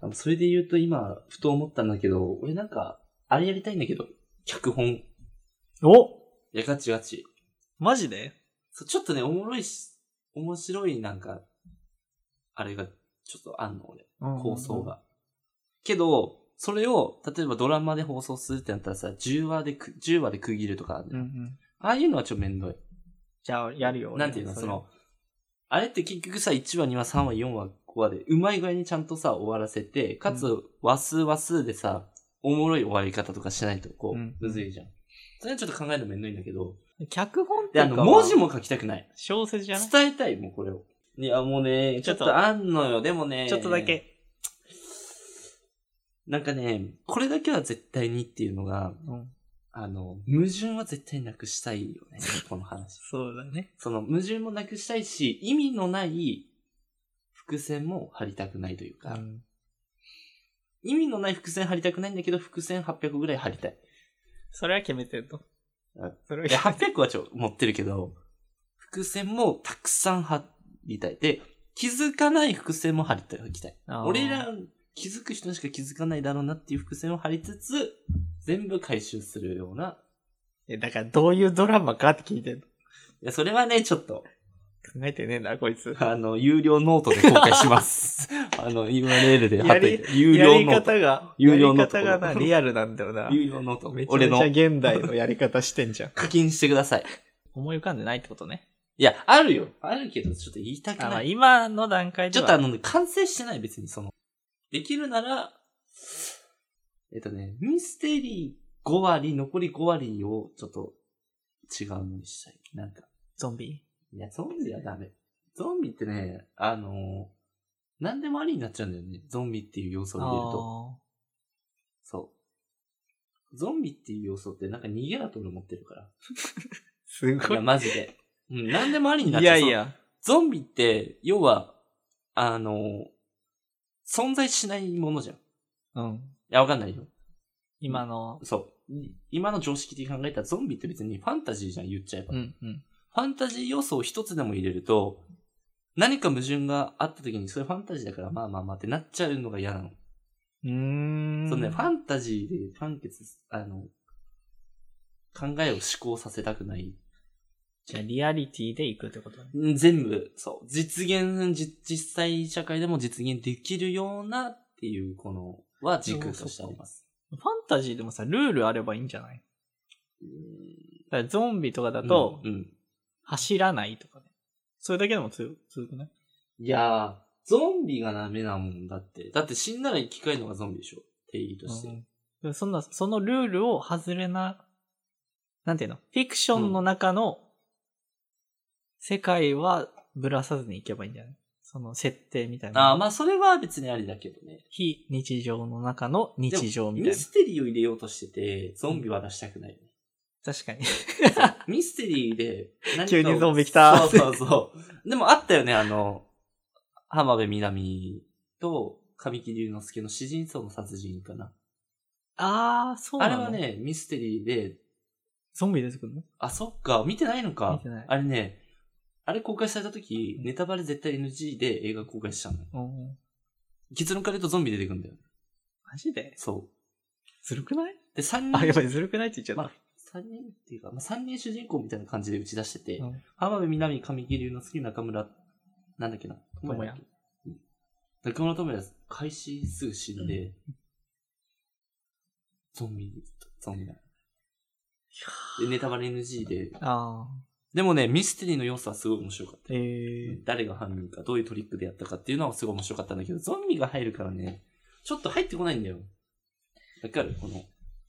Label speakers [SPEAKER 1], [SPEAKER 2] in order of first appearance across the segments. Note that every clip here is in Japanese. [SPEAKER 1] あのそれで言うと今、ふと思ったんだけど、俺なんか、あれやりたいんだけど、脚本。
[SPEAKER 2] お
[SPEAKER 1] いや、ガチガチ。
[SPEAKER 2] マジで
[SPEAKER 1] そうちょっとね、おもろいし、面白いなんか、あれが、ちょっとあんの、俺。構想。が。けど、それを、例えばドラマで放送するってなったらさ、10話でく、10話で区切るとかあるじ
[SPEAKER 2] う
[SPEAKER 1] ゃ
[SPEAKER 2] ん
[SPEAKER 1] ん、
[SPEAKER 2] うんうん。
[SPEAKER 1] ああいうのはちょっとめんどい。
[SPEAKER 2] じゃあ、やるよ。
[SPEAKER 1] なんていうの、
[SPEAKER 2] 俺
[SPEAKER 1] その、、あれって結局さ、1話、2話、3話、4話、5話で、うまい具合にちゃんとさ、終わらせて、かつ
[SPEAKER 2] う、
[SPEAKER 1] 話数話数でさ、おもろい終わり方とかしないと、こう、
[SPEAKER 2] うん
[SPEAKER 1] むずいじゃん。それはちょっと考えるのめんどいんだけど、
[SPEAKER 2] それ脚本って
[SPEAKER 1] で、
[SPEAKER 2] か
[SPEAKER 1] あ
[SPEAKER 2] は
[SPEAKER 1] の、文字も書きたくない。
[SPEAKER 2] 小説じゃない
[SPEAKER 1] 伝えたい、もうこれを。いや、もうね、ちょっ
[SPEAKER 2] ちょっ
[SPEAKER 1] と
[SPEAKER 2] と
[SPEAKER 1] あんのよ、でもね、
[SPEAKER 2] ちょっとだ。け。
[SPEAKER 1] なんかね、これだけは絶対にっていうのが、
[SPEAKER 2] うん。
[SPEAKER 1] あの、矛盾は絶対なくしたいよね、この話。
[SPEAKER 2] そうだね。
[SPEAKER 1] その矛盾もなくしたいし、意味のない伏線も張りたくないというか、
[SPEAKER 2] うん
[SPEAKER 1] 意味のない伏線張りたくないんだけど、伏線800ぐらい張りたい。
[SPEAKER 2] それは決めてると
[SPEAKER 1] あ。
[SPEAKER 2] それはい
[SPEAKER 1] や、800はちょ、持ってるけど、伏線もたくさん張りたい。で、気づかない伏線も張りたい。張りたい
[SPEAKER 2] あー
[SPEAKER 1] 俺ら、気づく人しか気づかないだろうなっていう伏線を張りつつ、全部回収するような。
[SPEAKER 2] え、だからどういうドラマかって聞いてる
[SPEAKER 1] いや、それはね、ちょっと、
[SPEAKER 2] 考えてねえな、こいつ。
[SPEAKER 1] あの、有料ノートで公開し ます。あの、URL で貼っといて。有
[SPEAKER 2] や
[SPEAKER 1] 料
[SPEAKER 2] り
[SPEAKER 1] ノート。
[SPEAKER 2] 方が、や
[SPEAKER 1] 有料
[SPEAKER 2] り
[SPEAKER 1] のとこ
[SPEAKER 2] 方がな、 リアルなんだよな。
[SPEAKER 1] 有料ノート
[SPEAKER 2] め。ちゃ
[SPEAKER 1] 俺
[SPEAKER 2] め
[SPEAKER 1] の
[SPEAKER 2] ちゃ現代のやり方してんじゃ
[SPEAKER 1] 。
[SPEAKER 2] ん
[SPEAKER 1] 課金してください。
[SPEAKER 2] 思い浮かんでないってことね。
[SPEAKER 1] いや、あるよ。あるけど、ちょっと言いたく
[SPEAKER 2] あま
[SPEAKER 1] な
[SPEAKER 2] あ、
[SPEAKER 1] い。
[SPEAKER 2] 今の段階
[SPEAKER 1] ち
[SPEAKER 2] で
[SPEAKER 1] ょっ
[SPEAKER 2] は。
[SPEAKER 1] とあの、完成してない、別にその。できるなら、えっとね、ミステリー5割、残り5割をちょっと違うのにしたい。なんか。
[SPEAKER 2] ゾンビ。
[SPEAKER 1] いや、ゾンビはダメ。ゾンビってね、あの何でもありになっちゃうんだよね。ゾンビっていう要素を入れると。そう。ゾンビっていう要素ってなんか逃げだと俺思ってるから。
[SPEAKER 2] す
[SPEAKER 1] い
[SPEAKER 2] ご
[SPEAKER 1] や、
[SPEAKER 2] い。
[SPEAKER 1] マジで。うん、なんでもありになっ
[SPEAKER 2] い
[SPEAKER 1] ちゃ
[SPEAKER 2] や
[SPEAKER 1] う。
[SPEAKER 2] いや。
[SPEAKER 1] そう。ゾンビって、要は、あの、存在しないものじゃん。い
[SPEAKER 2] うん。
[SPEAKER 1] や、わかんないよ。
[SPEAKER 2] 今の、
[SPEAKER 1] そう。い今の常識的に考えたらゾンビって別にファンタジーじゃん、言っちゃえば。
[SPEAKER 2] うんうん。
[SPEAKER 1] ファンタジー要素を一つでも入れると、何か矛盾があった時に、それファンタジーだから、まあまあまあってなっちゃうのが嫌なの。
[SPEAKER 2] うーん。
[SPEAKER 1] そのね、ファンタジーで完結、あの、考えを思考させたくない。
[SPEAKER 2] じゃあリアリティで行くってことね。
[SPEAKER 1] うん全部、そう。実現、じ実際社会でも実現できるようなっていう、この、は軸としてあります。
[SPEAKER 2] ファンタジーでもさ、ルールあればいいんじゃない
[SPEAKER 1] うん
[SPEAKER 2] だからゾンビとかだと、
[SPEAKER 1] うん。うん
[SPEAKER 2] 走らないとかね。それだけでも強強くない
[SPEAKER 1] いやー、ゾンビがダメなもんだって。だって死んだら生き返るのがゾンビでしょ定義として。
[SPEAKER 2] うんでもそんな、そのルールを外れな、なんていうのフィクションの中の世界はぶらさずにいけばいいんじゃないその設定みたいな。
[SPEAKER 1] ああ、まあそれは別にありだけどね。
[SPEAKER 2] 非日常の中の日常みたい
[SPEAKER 1] ミ
[SPEAKER 2] な。
[SPEAKER 1] ステリーを入れようとしてて、ゾンビは出したくない よね。
[SPEAKER 2] 確かに。
[SPEAKER 1] ミステリーで何かを、
[SPEAKER 2] 急にゾンビ来
[SPEAKER 1] そ
[SPEAKER 2] た
[SPEAKER 1] うそうそう。でもあったよね、あの、浜辺美波と神木隆之介の詩人層の殺人かな。
[SPEAKER 2] ああ、そう
[SPEAKER 1] あ
[SPEAKER 2] な
[SPEAKER 1] れ
[SPEAKER 2] の
[SPEAKER 1] はね、ミステリーで、
[SPEAKER 2] ゾンビ出てくるの
[SPEAKER 1] あ、そっか、見てないのか。
[SPEAKER 2] 見てない
[SPEAKER 1] あれね、あれ公開された時、ネタバレ絶対 NG で映画公開したのよ。
[SPEAKER 2] うん。
[SPEAKER 1] 結論から言うとゾンビ出てくんだよ。
[SPEAKER 2] マジで
[SPEAKER 1] そ。
[SPEAKER 2] ずるくないう
[SPEAKER 1] で、3
[SPEAKER 2] あ、や
[SPEAKER 1] 人、
[SPEAKER 2] ばい、ずるくないって言っちゃった。
[SPEAKER 1] まあ、三人っていうか、まあ、3人主人公みたいな感じで打ち出してて、
[SPEAKER 2] うん
[SPEAKER 1] 浜辺美波、神木隆之介、中村、なんだっけな、
[SPEAKER 2] 智也
[SPEAKER 1] だっけ。うん中村智也、開始すぐ死んで、ゾンビ、ゾンビだ。で、ネタバレ NG で。
[SPEAKER 2] あ
[SPEAKER 1] でもね、ミステリーの要素はすごい面白かった
[SPEAKER 2] あ、
[SPEAKER 1] よ。
[SPEAKER 2] ええ
[SPEAKER 1] 誰が犯人か、どういうトリックでやったかっていうのはすごい面白かったんだけど、ゾンビが入るからね、ちょっと入ってこないんだよ。わかるこの、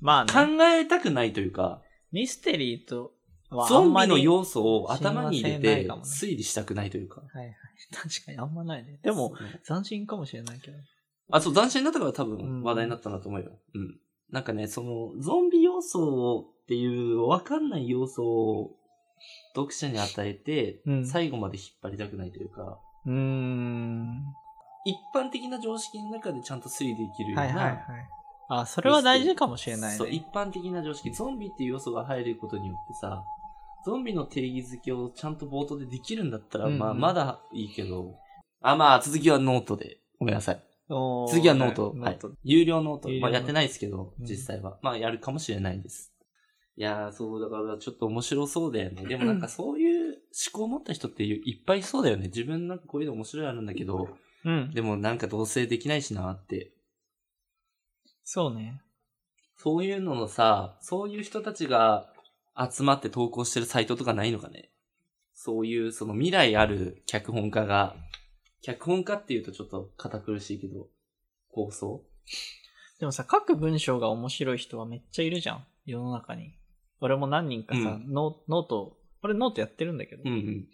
[SPEAKER 2] まあね、
[SPEAKER 1] 考えたくないというか、
[SPEAKER 2] ミステリーとはあ
[SPEAKER 1] ゾ
[SPEAKER 2] ん
[SPEAKER 1] ン
[SPEAKER 2] ま
[SPEAKER 1] ビ
[SPEAKER 2] り
[SPEAKER 1] の要素を頭に入れ
[SPEAKER 2] 親和性ない
[SPEAKER 1] て
[SPEAKER 2] かもね
[SPEAKER 1] 推理したくないというか。
[SPEAKER 2] はいはい。確かにあんまないね。でも、、斬新かもしれないけど。
[SPEAKER 1] あ、そう、斬新になったから多
[SPEAKER 2] うん
[SPEAKER 1] 分話題になったんだと思うよ。うん。なんかね、その、ゾンビ要素をっていう、わかんない要素を読者に与えて、
[SPEAKER 2] うん
[SPEAKER 1] 最後まで引っ張りたくないというか、
[SPEAKER 2] うーん。
[SPEAKER 1] 一般的な常識の中でちゃんと推理できるような、
[SPEAKER 2] はいはいはい。あ、それは大事かもしれない
[SPEAKER 1] そう、一
[SPEAKER 2] ね。
[SPEAKER 1] 般的な常識、ゾンビっていう要素が入ることによってさ、ゾンビの定義づけをちゃんと冒頭でできるんだったら、
[SPEAKER 2] うんうん
[SPEAKER 1] まあ、まだいいけど、あ、まあ、続きはノートで。ごめんなさい。
[SPEAKER 2] おー
[SPEAKER 1] 次はノート。
[SPEAKER 2] ノ
[SPEAKER 1] は
[SPEAKER 2] ー
[SPEAKER 1] い
[SPEAKER 2] ト。。
[SPEAKER 1] 有料ノート
[SPEAKER 2] 有料。ノー
[SPEAKER 1] まあ
[SPEAKER 2] ト
[SPEAKER 1] やってないですけど、
[SPEAKER 2] うん
[SPEAKER 1] 実際は。まあやるかもしれないです。いやー、そう、だからちょっと面白そうだよね。でもなんかそういう思考を持った人っていういっぱいいそうだよね。自分なんかこういうの面白いあるんだけど、
[SPEAKER 2] うん。
[SPEAKER 1] でもなんか同棲できないしなって。
[SPEAKER 2] そうね。
[SPEAKER 1] そういうののさ、そういう人たちが集まって投稿してるサイトとかないのかね。そういう、その未来ある脚本家が、脚本家っていうとちょっと堅苦しいけど、構想
[SPEAKER 2] でもさ、書く文章が面白い人はめっちゃいるじゃん。世の中に。俺も何人かさ、
[SPEAKER 1] うん
[SPEAKER 2] ノノート、俺ノートやってるんだけど、
[SPEAKER 1] うんう
[SPEAKER 2] フ
[SPEAKER 1] ん。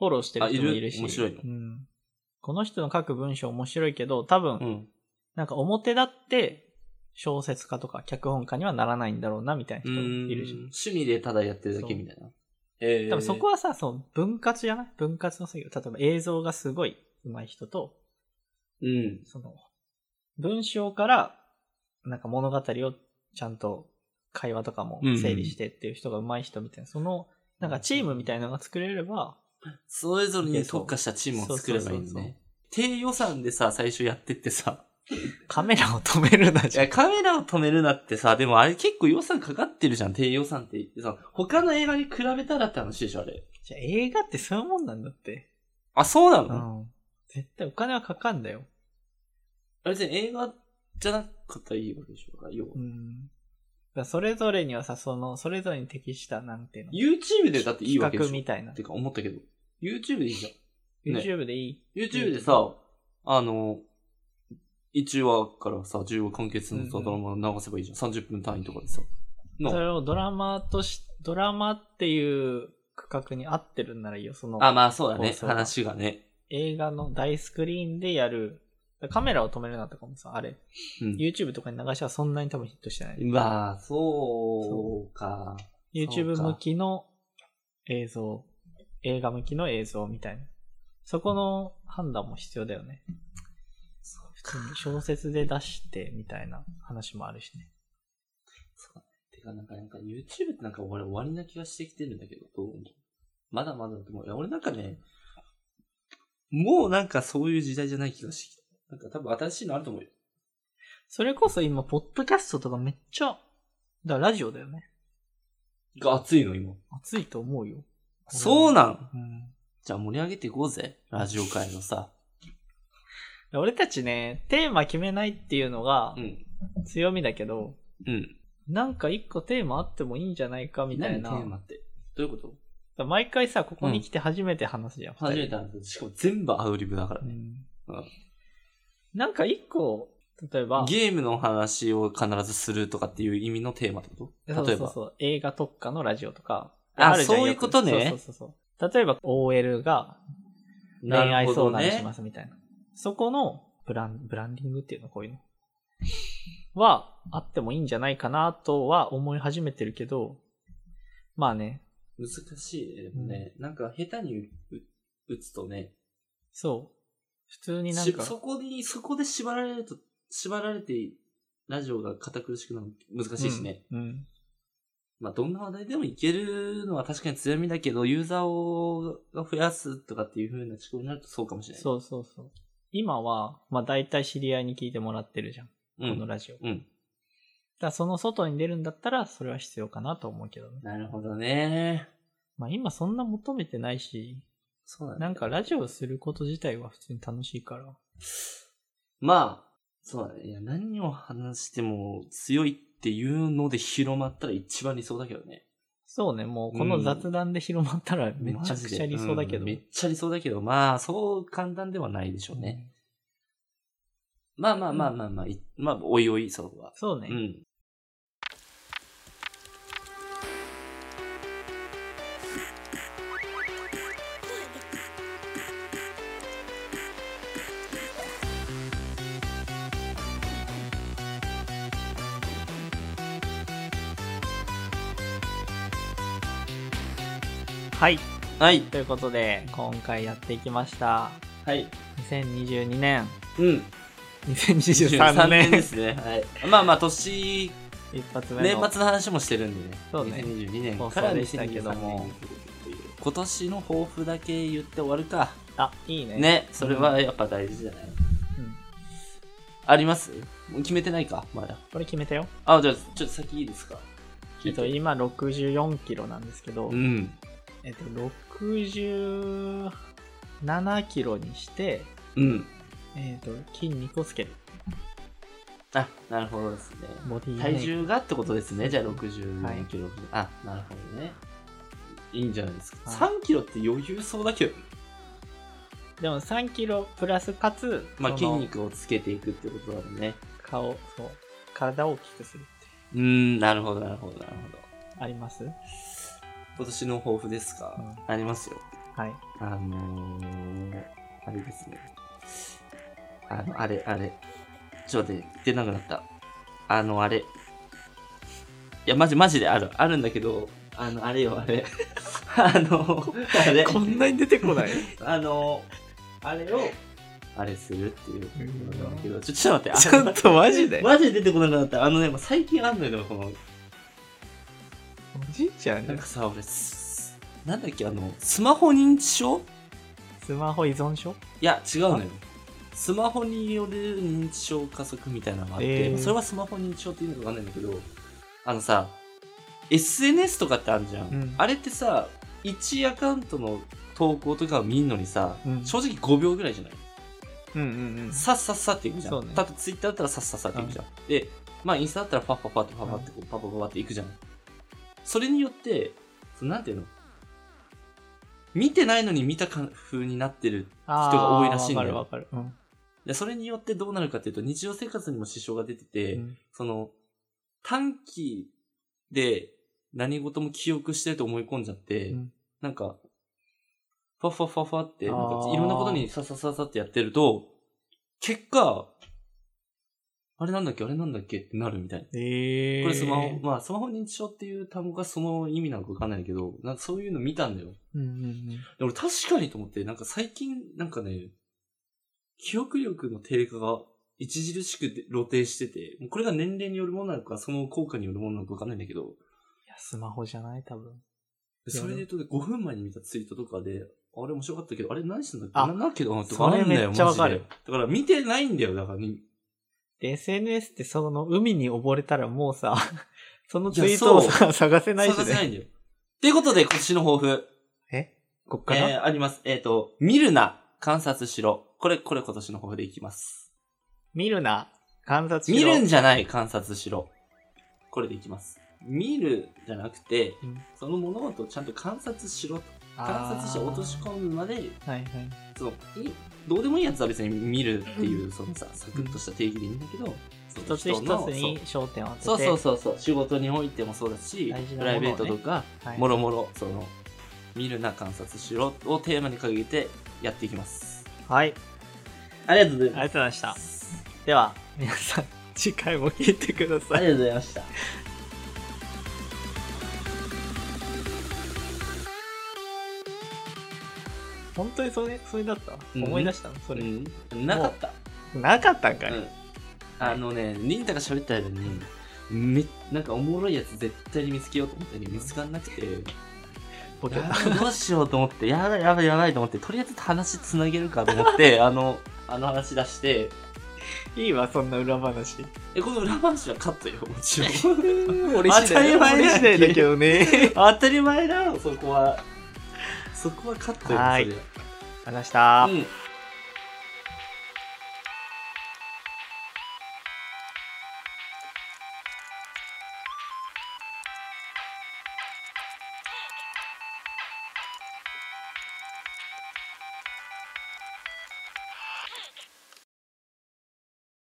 [SPEAKER 2] ォローしてる人も
[SPEAKER 1] あいる
[SPEAKER 2] いるし。
[SPEAKER 1] 面白いの
[SPEAKER 2] うん。この人の書く文章面白いけど、多
[SPEAKER 1] う
[SPEAKER 2] 分、
[SPEAKER 1] ん。
[SPEAKER 2] なんか表立って小説家とか脚本家にはならないんだろうな、みたいな人もいるじゃん。
[SPEAKER 1] 趣味でただやってるだけみたいな。え
[SPEAKER 2] 多分そこ
[SPEAKER 1] は、
[SPEAKER 2] はさ、その分割じゃない分割の作業。例えば映像がすごい上手い人と、
[SPEAKER 1] うん。
[SPEAKER 2] その、文章から、なんか物語をちゃんと会話とかも整理してっていう人が上手い人みたいな、その、なんかチームみたいなのが作れれば、
[SPEAKER 1] それぞれに特化したチームを作ればいいんだ
[SPEAKER 2] そうそうそうそう
[SPEAKER 1] ね。低予算でさ、最初やってってさ、
[SPEAKER 2] カメラを止めるな、
[SPEAKER 1] い
[SPEAKER 2] じゃん
[SPEAKER 1] や、カメラを止めるなってさ、でもあれ結構予算かかってるじゃん、低予算って言ってさ、他の映画に比べたらって話でしょ、あれ。
[SPEAKER 2] じゃあ映画ってそういうもんなんだって。
[SPEAKER 1] あ、そうな
[SPEAKER 2] う
[SPEAKER 1] の、
[SPEAKER 2] ん。絶対お金はかかんだよ。
[SPEAKER 1] あれ別に映画じゃなかったらいいわけでしょ、だから要は
[SPEAKER 2] うん。だからそれぞれにはさ、その、それぞれに適した、なんていうの。
[SPEAKER 1] YouTube でだっていいわけでしょ。
[SPEAKER 2] 企画みたいな
[SPEAKER 1] て。か思ったけど。YouTube でいいじゃん。ね
[SPEAKER 2] YouTube でいい。
[SPEAKER 1] YouTube でさ、あの、1話からさ、10話完結のさ、
[SPEAKER 2] うん
[SPEAKER 1] ドラマ流せばいいじゃん。30分単位とかでさ。
[SPEAKER 2] そ
[SPEAKER 1] の。
[SPEAKER 2] れをドラマとし、ドラマっていう区画に合ってるんならいいよ。その、
[SPEAKER 1] あ、まあそうだね
[SPEAKER 2] 放。送が
[SPEAKER 1] 話がね。
[SPEAKER 2] 映画の大スクリーンでやる、カメラを止めるなとかもさ、あれ、
[SPEAKER 1] うん。
[SPEAKER 2] YouTube とかに流したらそんなに多分ヒットしてない。
[SPEAKER 1] まあ、そうか。
[SPEAKER 2] YouTube 向きの映像、映画向きの映像みたいな。そこの判断も必要だよね。普通に小説で出してみたいな話もあるしね。
[SPEAKER 1] てか、なんか、なんか YouTube ってなんか俺終わりな気がしてきてるんだけど、どう思うまだまだだと思う。いや、俺なんかね、もうなんかそういう時代じゃない気がしてきた。なんか多分新しいのあると思うよ。
[SPEAKER 2] それこそ今、ポッドキャストとかめっちゃ、だからラジオだよね。
[SPEAKER 1] が熱いの、今。
[SPEAKER 2] 熱いと思うよ。
[SPEAKER 1] そうなん
[SPEAKER 2] うん。
[SPEAKER 1] じゃあ盛り上げていこうぜ。ラジオ界のさ。
[SPEAKER 2] 俺たちね、テーマ決めないっていうのが
[SPEAKER 1] うん。
[SPEAKER 2] 強みだけど、
[SPEAKER 1] うん。
[SPEAKER 2] なんか一個テーマあってもいいんじゃないかみたい
[SPEAKER 1] 何テ
[SPEAKER 2] な。
[SPEAKER 1] ーマって。どういうこと
[SPEAKER 2] 毎回さ、ここに来て初めて話すじゃん。
[SPEAKER 1] 初め
[SPEAKER 2] 二
[SPEAKER 1] てなんしかも全部アウリブだから
[SPEAKER 2] 人う
[SPEAKER 1] ね。
[SPEAKER 2] ん
[SPEAKER 1] うん
[SPEAKER 2] なんか一個、例えば、
[SPEAKER 1] ゲームの話を必ずするとかっていう意味のテーマってこと例えば。
[SPEAKER 2] そうそうそう、映画特化のラジオとか。
[SPEAKER 1] あ
[SPEAKER 2] るじゃん
[SPEAKER 1] そういうことね
[SPEAKER 2] よくそうそうそうそう。例えば、OL が恋
[SPEAKER 1] な
[SPEAKER 2] 愛
[SPEAKER 1] るほ
[SPEAKER 2] 相
[SPEAKER 1] ど
[SPEAKER 2] 談し
[SPEAKER 1] ね
[SPEAKER 2] ま。すみたいな。そこのブラン、ブランディングっていうの、こういうの。は、あってもいいんじゃないかなとは思い始めてるけど、まあね、
[SPEAKER 1] 難しいね。でもね、なんか下手にう打つとね、
[SPEAKER 2] そう。普通になん
[SPEAKER 1] し
[SPEAKER 2] か、
[SPEAKER 1] そこに、そこで縛られると、縛られて、ラジオが堅苦しくなるの難しいしね。
[SPEAKER 2] うん。うん
[SPEAKER 1] まあ、どんな話題でもいけるのは確かに強みだけど、ユーザーをが増やすとかっていう風な思考になるとそうかもしれない。う。
[SPEAKER 2] そうそうそう。今は、まあ大体知り合いに聞いてもらってるじゃん。
[SPEAKER 1] うん
[SPEAKER 2] このラジオ。だか
[SPEAKER 1] うん。
[SPEAKER 2] らその外に出るんだったら、それは必要かなと思うけどね。
[SPEAKER 1] なるほどね。
[SPEAKER 2] まあ今そんな求めてないし、
[SPEAKER 1] そうだね。
[SPEAKER 2] なんかラジオすること自体は普通に楽しいから。
[SPEAKER 1] まあ、そうだね。いや、何を話しても強いっていうので広まったら一番理想だけどね。
[SPEAKER 2] そうね、もうこの雑談で広まったらめちゃ
[SPEAKER 1] マ
[SPEAKER 2] く
[SPEAKER 1] ジで
[SPEAKER 2] ちゃ理想だけ
[SPEAKER 1] う
[SPEAKER 2] ど。
[SPEAKER 1] んめっちゃ理想だけど、まあ、そう簡単ではないでしょうね。まあまあまあまあまあ、いまあ、おいおい、そこは。
[SPEAKER 2] そうね。
[SPEAKER 1] うん。
[SPEAKER 2] はい。
[SPEAKER 1] はい。
[SPEAKER 2] ということで、今回やっていきました。
[SPEAKER 1] はい。
[SPEAKER 2] 2022年、
[SPEAKER 1] うん。
[SPEAKER 2] 2023年、
[SPEAKER 1] ですね。 はい。まあまあ、年、
[SPEAKER 2] 一発目
[SPEAKER 1] 年末
[SPEAKER 2] の
[SPEAKER 1] の話もしてるんでね。
[SPEAKER 2] そうね
[SPEAKER 1] 2022年から2023
[SPEAKER 2] 放送で
[SPEAKER 1] 年
[SPEAKER 2] したけども
[SPEAKER 1] 今年の抱負だけ言って終わるか。
[SPEAKER 2] あ、いいね。
[SPEAKER 1] ね、それはやっぱ大事じゃない、
[SPEAKER 2] うん
[SPEAKER 1] ありますもう決めてないか、まだ。
[SPEAKER 2] これ決めたよ。
[SPEAKER 1] あ、じゃあ、ちょっと先いいですか。
[SPEAKER 2] えっと、今64キロなんですけど、
[SPEAKER 1] うん。
[SPEAKER 2] えっと、67キロにして、
[SPEAKER 1] うん。
[SPEAKER 2] えっと、筋肉をつける。
[SPEAKER 1] あ、なるほどですね。
[SPEAKER 2] ボディメイ
[SPEAKER 1] 体
[SPEAKER 2] ク
[SPEAKER 1] 重がってことですね。じゃあ
[SPEAKER 2] はい
[SPEAKER 1] 64キロ。あ、なるほどね。いいんじゃないですか。
[SPEAKER 2] は
[SPEAKER 1] 3キロって余裕そうだけど、
[SPEAKER 2] でも3キロプラスかつ、
[SPEAKER 1] まあ
[SPEAKER 2] そ
[SPEAKER 1] 筋
[SPEAKER 2] の
[SPEAKER 1] 肉をつけていくってことだもんね。
[SPEAKER 2] 顔、そう、体を大きくするって
[SPEAKER 1] うーん、なるほど、なるほど、なるほど。
[SPEAKER 2] あります
[SPEAKER 1] 今年の抱負ですか、
[SPEAKER 2] うん
[SPEAKER 1] ありますよ。
[SPEAKER 2] はい。
[SPEAKER 1] あのー、あれですね。あの、あれ、あれ。ちょっと待って、出なくなった。あの、あれ。いや、マジ、マジである。あるんだけど、あの、あれよ、あれ。 あの、あれ。
[SPEAKER 2] んなに出てこ ない
[SPEAKER 1] あの、あれを、あれするっていうことなんだけど、ちょ、ちょ っと待って、
[SPEAKER 2] ちょっとマジ
[SPEAKER 1] あ
[SPEAKER 2] で
[SPEAKER 1] のマジで出てこなくなった。あのね、もう最近あんのよ、でもこの、
[SPEAKER 2] おじいちゃんじ
[SPEAKER 1] な
[SPEAKER 2] ゃ
[SPEAKER 1] ん
[SPEAKER 2] ん
[SPEAKER 1] かさ、俺、すなんだっけ、あの、スマホ認知症
[SPEAKER 2] スマホ依存症
[SPEAKER 1] いや、違うのよ。スマホによる認知症加速みたいなのがあって、
[SPEAKER 2] えー
[SPEAKER 1] それはスマホ認知症っていうのかわかんないんだけど、あのさ、SNS とかってあるじゃん。
[SPEAKER 2] うん
[SPEAKER 1] あれってさ、1アカウントの投稿とかを見んのにさ、
[SPEAKER 2] うん
[SPEAKER 1] 正直5秒ぐらいじゃない
[SPEAKER 2] うんうん
[SPEAKER 1] さっさっさっていくじゃん。
[SPEAKER 2] そうね
[SPEAKER 1] だってツイッターだったらさっさっさっていくじゃん。で、まあインスタだったらパッパッパッとパッパってこうパッパッパッパっていくじゃん。それによって、そのなんていうの見てないのに見たか風になってる人が多いらしいんだよ
[SPEAKER 2] わかるわかる。
[SPEAKER 1] で、それによってどうなるかっていうと、日常生活にも支障が出てて、
[SPEAKER 2] うん。
[SPEAKER 1] その、短期で何事も記憶してると思い込んじゃって、
[SPEAKER 2] うん
[SPEAKER 1] なんか、ファファファファって、なんか
[SPEAKER 2] あー
[SPEAKER 1] いろんなことにささささってやってると、結果、あれなんだっけあれなんだっけってなるみたいな。
[SPEAKER 2] えー。
[SPEAKER 1] これスマホ、まあスマホ認知症っていう単語がその意味なのかわかんないけど、なんかそういうの見たんだよ。
[SPEAKER 2] うんうんうん。
[SPEAKER 1] で俺確かにと思って、なんか最近、なんかね、記憶力の低下が著しく露呈してて、もうこれが年齢によるものなのか、その効果によるものなのかわかんないんだけど、
[SPEAKER 2] いや、スマホじゃない多分。
[SPEAKER 1] でそれで言うと5分前に見たツイートとかで、あれ面白かったけど、あれ何してんだっけ
[SPEAKER 2] あ
[SPEAKER 1] なんだっけど、とか
[SPEAKER 2] そ
[SPEAKER 1] あ
[SPEAKER 2] れ
[SPEAKER 1] るんだよ、
[SPEAKER 2] めっちゃ
[SPEAKER 1] マジ
[SPEAKER 2] わかる
[SPEAKER 1] で。だから見てないんだよ、だからに。
[SPEAKER 2] で、SNS ってその海に溺れたらもうさ、 その
[SPEAKER 1] いや
[SPEAKER 2] ツイートを
[SPEAKER 1] そ
[SPEAKER 2] さ、探せないし
[SPEAKER 1] 探せな
[SPEAKER 2] ね。
[SPEAKER 1] いんだよ。ということで、今年の抱負、
[SPEAKER 2] えこっから、
[SPEAKER 1] えー、あります。えっ、と、見るな、観察しろ。これ、これ今年の抱負でいきます。
[SPEAKER 2] 見るな。観察し
[SPEAKER 1] 見
[SPEAKER 2] ろ
[SPEAKER 1] るんじゃない、観察しろ。これでいきます。見るじゃなくて、
[SPEAKER 2] うん
[SPEAKER 1] その物事をちゃんと観察しろと。観
[SPEAKER 2] あー
[SPEAKER 1] 察して落とし込むまで、
[SPEAKER 2] はいはい。
[SPEAKER 1] そのいどうでもいいやつは別に見るっていう、そのさ、サクッとした定義でいいんだけど、その
[SPEAKER 2] 一つ
[SPEAKER 1] 人
[SPEAKER 2] 一つ
[SPEAKER 1] の
[SPEAKER 2] に焦点を
[SPEAKER 1] そう
[SPEAKER 2] 当てて。
[SPEAKER 1] そうそうそうそう、仕事においてもそうだし、
[SPEAKER 2] 大事
[SPEAKER 1] プ
[SPEAKER 2] な
[SPEAKER 1] ラ
[SPEAKER 2] もの
[SPEAKER 1] イ
[SPEAKER 2] を
[SPEAKER 1] ベ
[SPEAKER 2] ね
[SPEAKER 1] ートとか、
[SPEAKER 2] はい
[SPEAKER 1] もろもろ、その、見るな観察しろをテーマに掲げてやっていきます。
[SPEAKER 2] はい。
[SPEAKER 1] ありがとうござい
[SPEAKER 2] ありがとうございました
[SPEAKER 1] ま。す。
[SPEAKER 2] では、皆さん、次回も聞いてください。
[SPEAKER 1] ありがとうございました。
[SPEAKER 2] 本当にそれ、それだった、
[SPEAKER 1] うん
[SPEAKER 2] 思い出したのそれ、
[SPEAKER 1] うん、なかった。
[SPEAKER 2] なかったんかい、
[SPEAKER 1] うんあのね、りんたが喋った間に、めなんかおもろいやつ絶対に見つけようと思ったけど見つかんな くて、
[SPEAKER 2] ボケ
[SPEAKER 1] や
[SPEAKER 2] た。
[SPEAKER 1] ばいどうしようと思って、やばいやばいやばいと思って、とりあえず話つなげるかと思って、 あの、あの話出して、
[SPEAKER 2] いいわ、そんな裏話。
[SPEAKER 1] え、この裏話はカットよ、もちろん。
[SPEAKER 2] 俺
[SPEAKER 1] 次第だよ
[SPEAKER 2] 俺次第だけどね。
[SPEAKER 1] 当たり前だろ、そこは。そこはカットよ、
[SPEAKER 2] は
[SPEAKER 1] そ
[SPEAKER 2] い
[SPEAKER 1] れ
[SPEAKER 2] 話した。
[SPEAKER 1] うん。